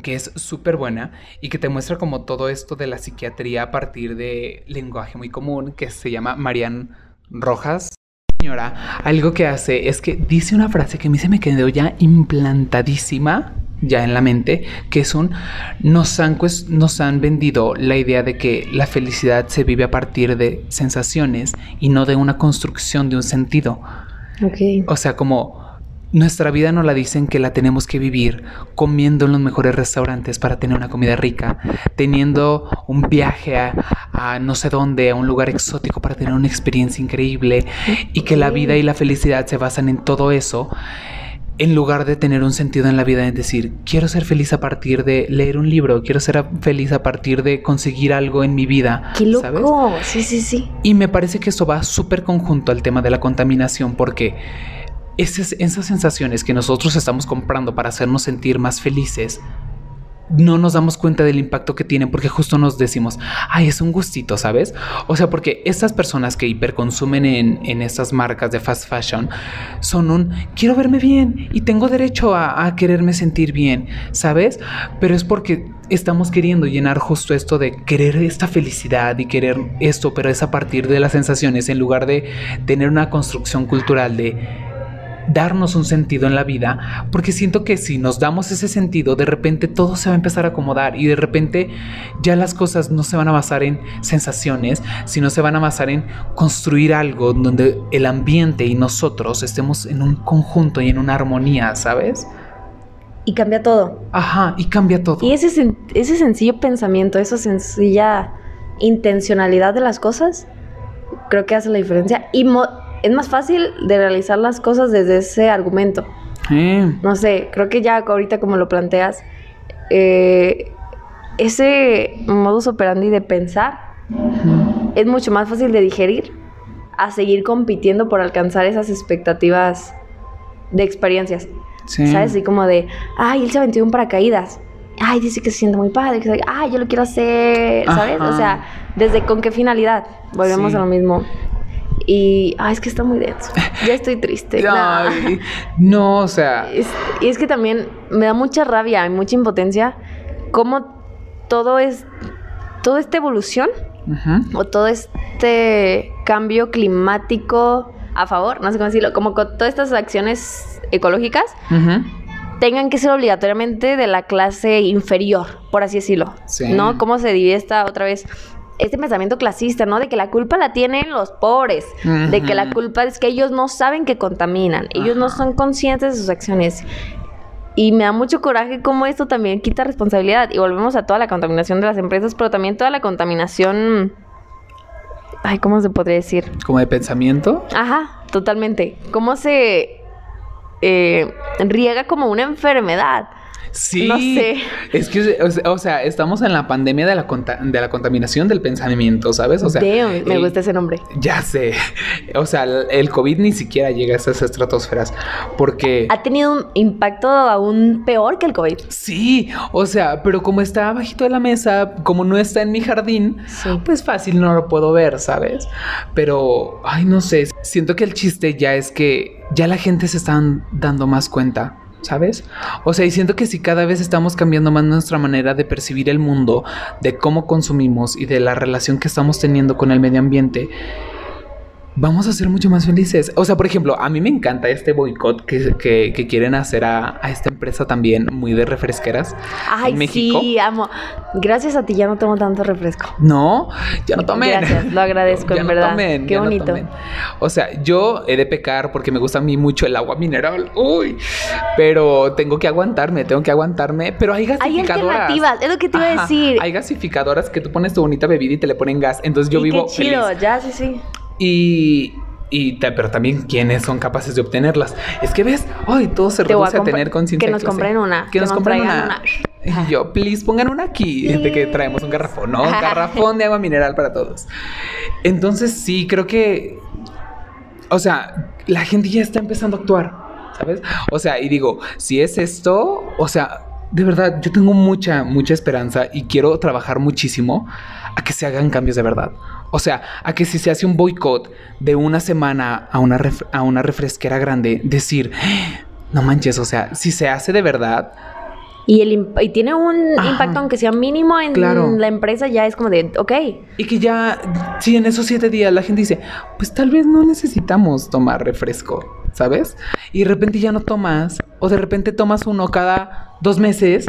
S2: que es súper buena y que te muestra como todo esto de la psiquiatría a partir de lenguaje muy común que se llama Marianne Rojas. Señora, algo que hace es que dice una frase que a mí se me quedó ya implantadísima ya en la mente, que es un nos han, cues- nos han vendido la idea de que la felicidad se vive a partir de sensaciones y no de una construcción de un sentido.
S3: Ok.
S2: O sea, como nuestra vida nos la dicen que la tenemos que vivir comiendo en los mejores restaurantes para tener una comida rica, teniendo un viaje a, a no sé dónde, a un lugar exótico para tener una experiencia increíble y que la vida y la felicidad se basan en todo eso. En lugar de tener un sentido en la vida, es decir, quiero ser feliz a partir de leer un libro, quiero ser a- feliz a partir de conseguir algo en mi vida.
S3: ¡Qué
S2: ¿sabes?
S3: loco! Sí, sí, sí.
S2: Y me parece que eso va súper conjunto al tema de la contaminación porque esas, esas sensaciones que nosotros estamos comprando para hacernos sentir más felices no nos damos cuenta del impacto que tienen porque justo nos decimos, ay, es un gustito, ¿sabes? O sea, porque estas personas que hiperconsumen en, en estas marcas de fast fashion son un, quiero verme bien y tengo derecho a, a quererme sentir bien, ¿sabes? Pero es porque estamos queriendo llenar justo esto de querer esta felicidad y querer esto, pero es a partir de las sensaciones en lugar de tener una construcción cultural de darnos un sentido en la vida, porque siento que si nos damos ese sentido, de repente todo se va a empezar a acomodar y de repente ya las cosas no se van a basar en sensaciones, sino se van a basar en construir algo donde el ambiente y nosotros estemos en un conjunto y en una armonía, ¿sabes?
S3: Y cambia todo.
S2: Ajá, y cambia todo.
S3: Y ese, sen- ese sencillo pensamiento, esa sencilla intencionalidad de las cosas, creo que hace la diferencia. Y mo- es más fácil de realizar las cosas desde ese argumento.
S2: Eh,
S3: No sé, creo que ya ahorita como lo planteas, eh, ese modus operandi de pensar
S2: ujú.
S3: es mucho más fácil de digerir a seguir compitiendo por alcanzar esas expectativas de experiencias.
S2: Sí.
S3: ¿Sabes? Así como de, ay, él se aventó un paracaídas. Ay, dice que se siente muy padre. Que se- ay, yo lo quiero hacer. ¿Sabes?
S2: Ajá.
S3: O sea, ¿desde con qué finalidad? Volvemos
S2: Sí.
S3: a lo mismo. Y, ay, es que está muy denso. Ya estoy triste. No.
S2: Ay, no, o sea,
S3: Es- y es que también me da mucha rabia y mucha impotencia cómo todo es. Toda esta evolución
S2: ujú.
S3: o todo este cambio climático a favor, no sé cómo decirlo, como con todas estas acciones ecológicas
S2: Ujú.
S3: tengan que ser obligatoriamente de la clase inferior, por así decirlo.
S2: Sí.
S3: ¿No? ¿Cómo se divide esta otra vez? Este pensamiento clasista, ¿no? De que la culpa la tienen los pobres, de que la
S2: Ujú.
S3: culpa es que ellos no saben que contaminan, ellos no
S2: Ajá.
S3: son conscientes de sus acciones. Y me da mucho coraje cómo esto también quita responsabilidad. Y volvemos a toda la contaminación de las empresas, pero también toda la contaminación... Ay, ¿cómo se podría decir?
S2: como de pensamiento.
S3: Ajá, totalmente. ¿Cómo se eh, riega como una enfermedad?
S2: Sí.
S3: No sé.
S2: Es que, o sea- o sea, estamos en la pandemia de la, conta- de la contaminación del pensamiento, ¿sabes? O sea,
S3: Damn, me
S2: el-
S3: gusta ese nombre.
S2: Ya sé. O sea, el el COVID ni siquiera llega a esas estratosferas. Porque.
S3: Ha tenido un impacto aún peor que el COVID.
S2: Sí, o sea, pero como está abajito de la mesa, como no está en mi jardín,
S3: Sí.
S2: pues fácil no lo puedo ver, ¿sabes? Pero, ay, no sé, siento que el chiste ya es que ya la gente se está dando más cuenta, ¿sabes? O sea, y siento que si cada vez estamos cambiando más nuestra manera de percibir el mundo, de cómo consumimos y de la relación que estamos teniendo con el medio ambiente, vamos a ser mucho más felices. O sea, por ejemplo, a mí me encanta este boicot que, que- que quieren hacer a, a esta empresa también, muy de refresqueras.
S3: Ay,
S2: en México.
S3: sí, amo. Gracias a ti ya no tomo tanto refresco.
S2: No, ya no tomen.
S3: Gracias, lo agradezco,
S2: Ya
S3: en
S2: no
S3: verdad.
S2: tomen,
S3: Qué
S2: ya no
S3: bonito.
S2: tomen. O sea, yo he de pecar porque me gusta a mí mucho el agua mineral. Uy, pero tengo que aguantarme, tengo que aguantarme. Pero hay
S3: Hay
S2: gasificadoras.
S3: alternativas, es lo que te iba a
S2: Ajá,
S3: decir.
S2: Hay gasificadoras que tú pones tu bonita bebida y te le ponen gas. Entonces yo
S3: Y
S2: vivo
S3: qué chido,
S2: feliz.
S3: ya, sí, sí.
S2: Y, y ta- pero también quiénes son capaces de obtenerlas. Es que ves, hoy todo se
S3: Te voy a
S2: reduce a,
S3: compra-
S2: tener conciencia.
S3: que
S2: de
S3: nos
S2: clase.
S3: compren una,
S2: Que,
S3: que
S2: nos,
S3: nos
S2: compren
S3: traigan
S2: una. Y yo, please, pongan una aquí. De que
S3: Please.
S2: traemos un garrafón, ¿no? Un garrafón de agua mineral para todos. Entonces, sí, creo que. O sea, la gente ya está empezando a actuar. ¿Sabes? O sea, y digo, si es esto, o sea, de verdad, yo tengo mucha, mucha esperanza y quiero trabajar muchísimo a que se hagan cambios de verdad. O sea, a que si se hace un boicot de una semana a una, ref- a una refresquera grande, decir, "Ah, no manches, o sea, si se hace de verdad,
S3: Y, el imp- y tiene un
S2: Ajá.
S3: impacto, aunque sea mínimo en
S2: Claro.
S3: la empresa, ya es como de, ok,
S2: Y que ya, si en esos siete días la gente dice, pues tal vez no necesitamos tomar refresco, ¿sabes? Y de repente ya no tomas, o de repente tomas uno cada dos meses.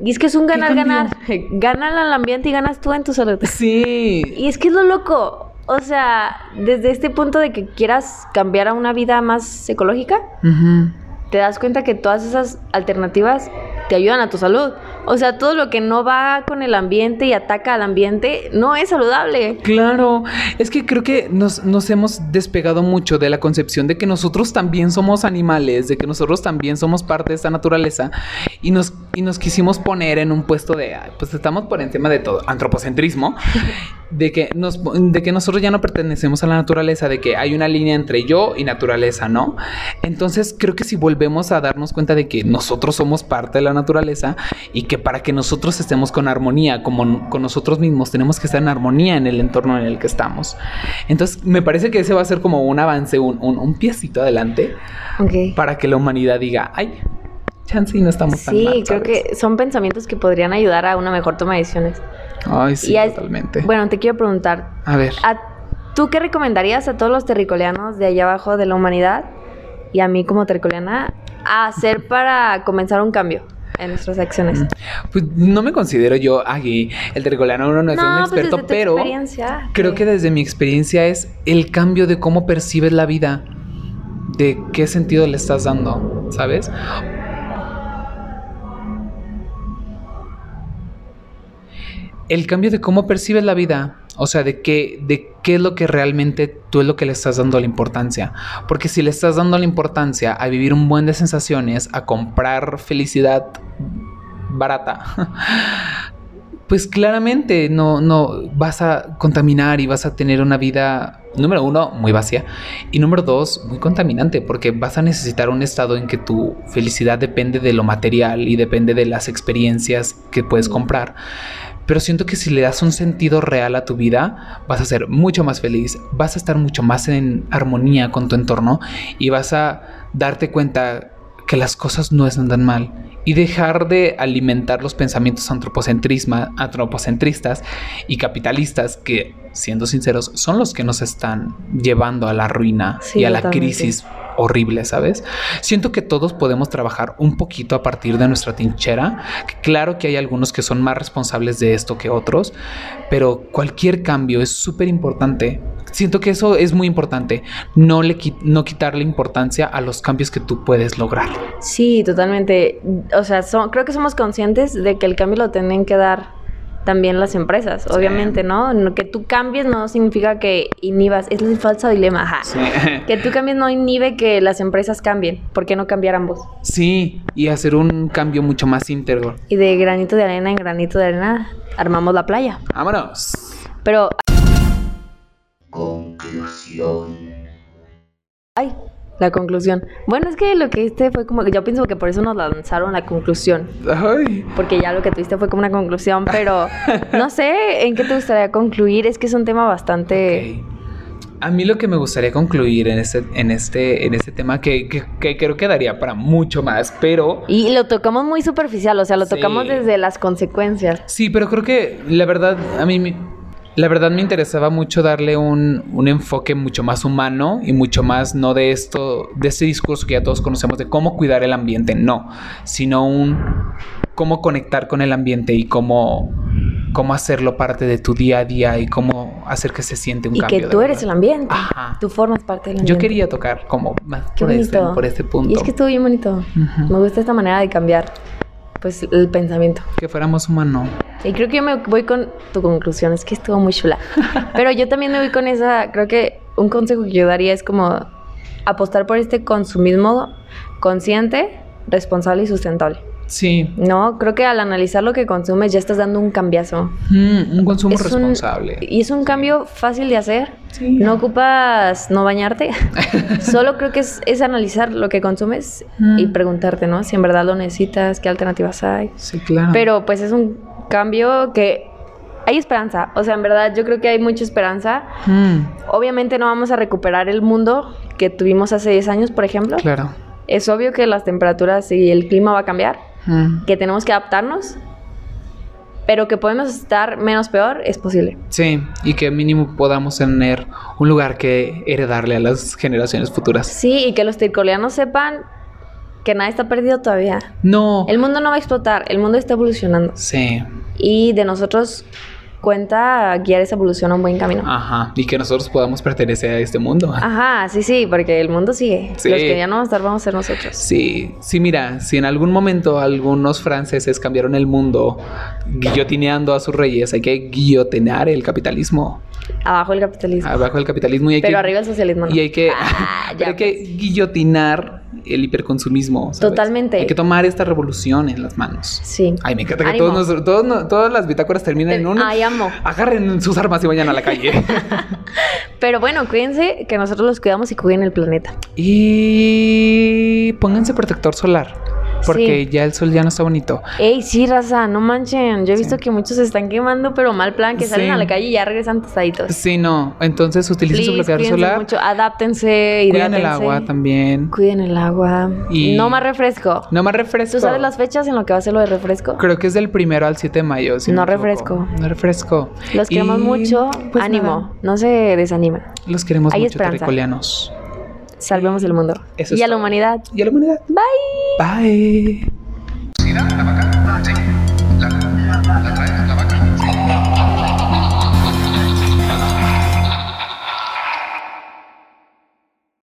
S3: Y es que es un
S2: ¿Qué
S3: ganar-ganar. Ganan al ambiente y ganas tú en tu salud.
S2: Sí.
S3: Y es que es lo loco. O sea, desde este punto de que quieras cambiar a una vida más ecológica,
S2: Ujú.
S3: te das cuenta que todas esas alternativas te ayudan a tu salud. O sea, todo lo que no va con el ambiente y ataca al ambiente no es saludable.
S2: Claro, es que creo que nos, nos hemos despegado mucho de la concepción de que nosotros también somos animales, de que nosotros también somos parte de esta naturaleza y nos, y nos quisimos poner en un puesto de, "Ay, pues estamos por encima de todo, antropocentrismo. de que, nos, de que nosotros ya no pertenecemos a la naturaleza, de que hay una línea entre yo y naturaleza, ¿no? Entonces creo que si volvemos a darnos cuenta de que nosotros somos parte de la naturaleza y que para que nosotros estemos con armonía, como con nosotros mismos, tenemos que estar en armonía en el entorno en el que estamos. Entonces me parece que ese va a ser como un avance, un, un, un piecito adelante
S3: Ok.
S2: para que la humanidad diga, ay, chance y no estamos tan
S3: Sí,
S2: mal,
S3: creo
S2: ¿sabes?".
S3: que son pensamientos que podrían ayudar a una mejor toma de decisiones.
S2: Ay, sí,
S3: Y a-
S2: totalmente.
S3: Bueno, te quiero preguntar,
S2: a ver.
S3: ¿a- ¿tú qué recomendarías a todos los terricoleanos de allá abajo de la humanidad y a mí como terricoleana a hacer para comenzar un cambio en nuestras acciones?
S2: Pues no me considero yo aquí el trigolano, uno no es un
S3: pues,
S2: experto,
S3: desde tu
S2: pero
S3: experiencia,
S2: creo
S3: sí.
S2: que desde mi experiencia es el cambio de cómo percibes la vida, de qué sentido le estás dando, ¿sabes? El cambio de cómo percibes la vida, o sea, de qué, de qué es lo que realmente tú es lo que le estás dando la importancia. Porque si le estás dando la importancia a vivir un buen de sensaciones, a comprar felicidad barata, pues claramente no, no vas a contaminar y vas a tener una vida, número uno, muy vacía y número dos, muy contaminante, porque vas a necesitar un estado en que tu felicidad depende de lo material y depende de las experiencias que puedes comprar. Pero siento que si le das un sentido real a tu vida, vas a ser mucho más feliz, vas a estar mucho más en armonía con tu entorno y vas a darte cuenta que las cosas no están tan mal y dejar de alimentar los pensamientos antropocentrisma, antropocentristas y capitalistas que, siendo sinceros, son los que nos están llevando a la ruina
S3: Sí,
S2: y a la
S3: totalmente.
S2: crisis horrible, ¿sabes? Siento que todos podemos trabajar un poquito a partir de nuestra tinchera. que Claro que hay algunos que son más responsables de esto que otros, pero cualquier cambio es súper importante. Siento que eso es muy importante, no, le, qui- no quitarle importancia a los cambios que tú puedes lograr.
S3: Sí, totalmente. O sea, son- creo que somos conscientes de que el cambio lo tienen que dar también las empresas, obviamente, ¿no? No- Que tú cambies no significa que inhibas, es el falso dilema, ajá. Que tú cambies no inhibe que las empresas cambien, ¿por qué no cambiar ambos?
S2: Sí, y hacer un cambio mucho más íntegro.
S3: Y de granito de arena en granito de arena armamos la playa.
S2: Vámonos.
S3: Pero... Ay, la conclusión. Bueno, es que lo que este fue como... Yo pienso que por eso nos lanzaron la conclusión.
S2: Ay.
S3: porque ya lo que tuviste fue como una conclusión, pero no sé en qué te gustaría concluir. Es que es un tema bastante.
S2: Ok. A mí lo que me gustaría concluir en este, en este, en este tema, que, que- que creo que daría para mucho más, pero
S3: Y lo tocamos muy superficial, o sea, lo
S2: Sí.
S3: tocamos desde las consecuencias.
S2: sí, pero creo que la verdad, a mí, me- la verdad me interesaba mucho darle un, un enfoque mucho más humano y mucho más no de esto, de este discurso que ya todos conocemos de cómo cuidar el ambiente, no, sino un cómo conectar con el ambiente y cómo, cómo hacerlo parte de tu día a día y cómo hacer que se siente un
S3: Y
S2: cambio.
S3: que
S2: de
S3: tú eres el
S2: verdad.
S3: ambiente.
S2: Ajá.
S3: Tú formas parte del ambiente.
S2: Yo quería tocar como más
S3: Qué
S2: por este,
S3: bonito.
S2: por este punto.
S3: Y es que estuvo bien bonito.
S2: Ujú.
S3: Me gusta esta manera de cambiar pues el pensamiento.
S2: Que fuéramos humanos.
S3: Y creo que yo me voy con tu conclusión, es que estuvo muy chula. Pero yo también me voy con esa, creo que un consejo que yo daría es como apostar por este consumismo consciente, responsable y sustentable.
S2: Sí.
S3: No, creo que al analizar lo que consumes ya estás dando un cambiazo.
S2: Mm, un consumo
S3: Es un-
S2: responsable.
S3: y es un cambio fácil de hacer.
S2: Sí.
S3: No ocupas no bañarte. Solo creo que es, es analizar lo que consumes y
S2: Mm.
S3: preguntarte, ¿no? Si en verdad lo necesitas, qué alternativas hay.
S2: Sí, claro.
S3: Pero pues es un cambio que hay esperanza. O sea, en verdad yo creo que hay mucha esperanza.
S2: Mm,
S3: Obviamente no vamos a recuperar el mundo que tuvimos hace 10 años, por ejemplo.
S2: claro.
S3: Es obvio que las temperaturas y el clima va a cambiar,
S2: Mm,
S3: que tenemos que adaptarnos, pero que podemos estar menos peor es posible.
S2: Sí, y que mínimo podamos tener un lugar que heredarle a las generaciones futuras.
S3: Sí, y que los tircoleanos sepan que nada está perdido todavía.
S2: No.
S3: El mundo no va a explotar, el mundo está evolucionando.
S2: Sí.
S3: Y de nosotros cuenta guiar esa evolución a un buen camino.
S2: Ajá. Y que nosotros podamos pertenecer a este mundo.
S3: Ajá, sí, sí, porque el mundo sigue.
S2: Sí.
S3: Los que ya no van a estar vamos a ser nosotros.
S2: Sí, sí, mira, si en algún momento algunos franceses cambiaron el mundo guillotineando a sus reyes, hay que guillotinar el capitalismo.
S3: Abajo el capitalismo.
S2: Abajo el capitalismo Ah, y hay
S3: pero
S2: que...
S3: arriba el socialismo. ¿no?
S2: Y hay que,
S3: Ah,
S2: pero
S3: ya,
S2: hay que guillotinar el hiperconsumismo. ¿sabes?
S3: Totalmente.
S2: Hay que tomar esta revolución en las manos.
S3: Sí.
S2: Ay, me encanta que
S3: Ánimo.
S2: todos nos- todos no- todas las bitácoras terminan en un...
S3: I am amo.
S2: Agarren sus armas y vayan a la calle.
S3: Pero bueno, cuídense que nosotros los cuidamos y cuiden el planeta.
S2: y pónganse protector solar. Porque
S3: Sí.
S2: ya el sol ya no está bonito.
S3: Ey, sí, raza, no manchen. Yo he
S2: Sí.
S3: visto que muchos se están quemando, pero mal plan, que salen
S2: Sí.
S3: a la calle y ya regresan tostaditos.
S2: Sí, no. Entonces utilicen su
S3: Please,
S2: bloqueador
S3: cuídense
S2: solar.
S3: mucho, adáptense,
S2: Cuiden
S3: hidrátense.
S2: el agua también.
S3: Cuiden el agua.
S2: Y-
S3: No más refresco.
S2: No más refresco.
S3: ¿Tú sabes las fechas en lo que va a ser lo de refresco?
S2: Creo que es del primero al 7 de mayo. si
S3: No
S2: me equivoco.
S3: refresco.
S2: No refresco.
S3: Los
S2: Y,
S3: queremos mucho.
S2: pues,
S3: Ánimo,
S2: nada,
S3: no se desanimen.
S2: los queremos
S3: Hay
S2: mucho,
S3: esperanza.
S2: terricolianos.
S3: Salvemos el mundo.
S2: Eso
S3: y
S2: es
S3: a la
S2: todo.
S3: humanidad.
S2: Y a la humanidad.
S3: Bye.
S2: Bye.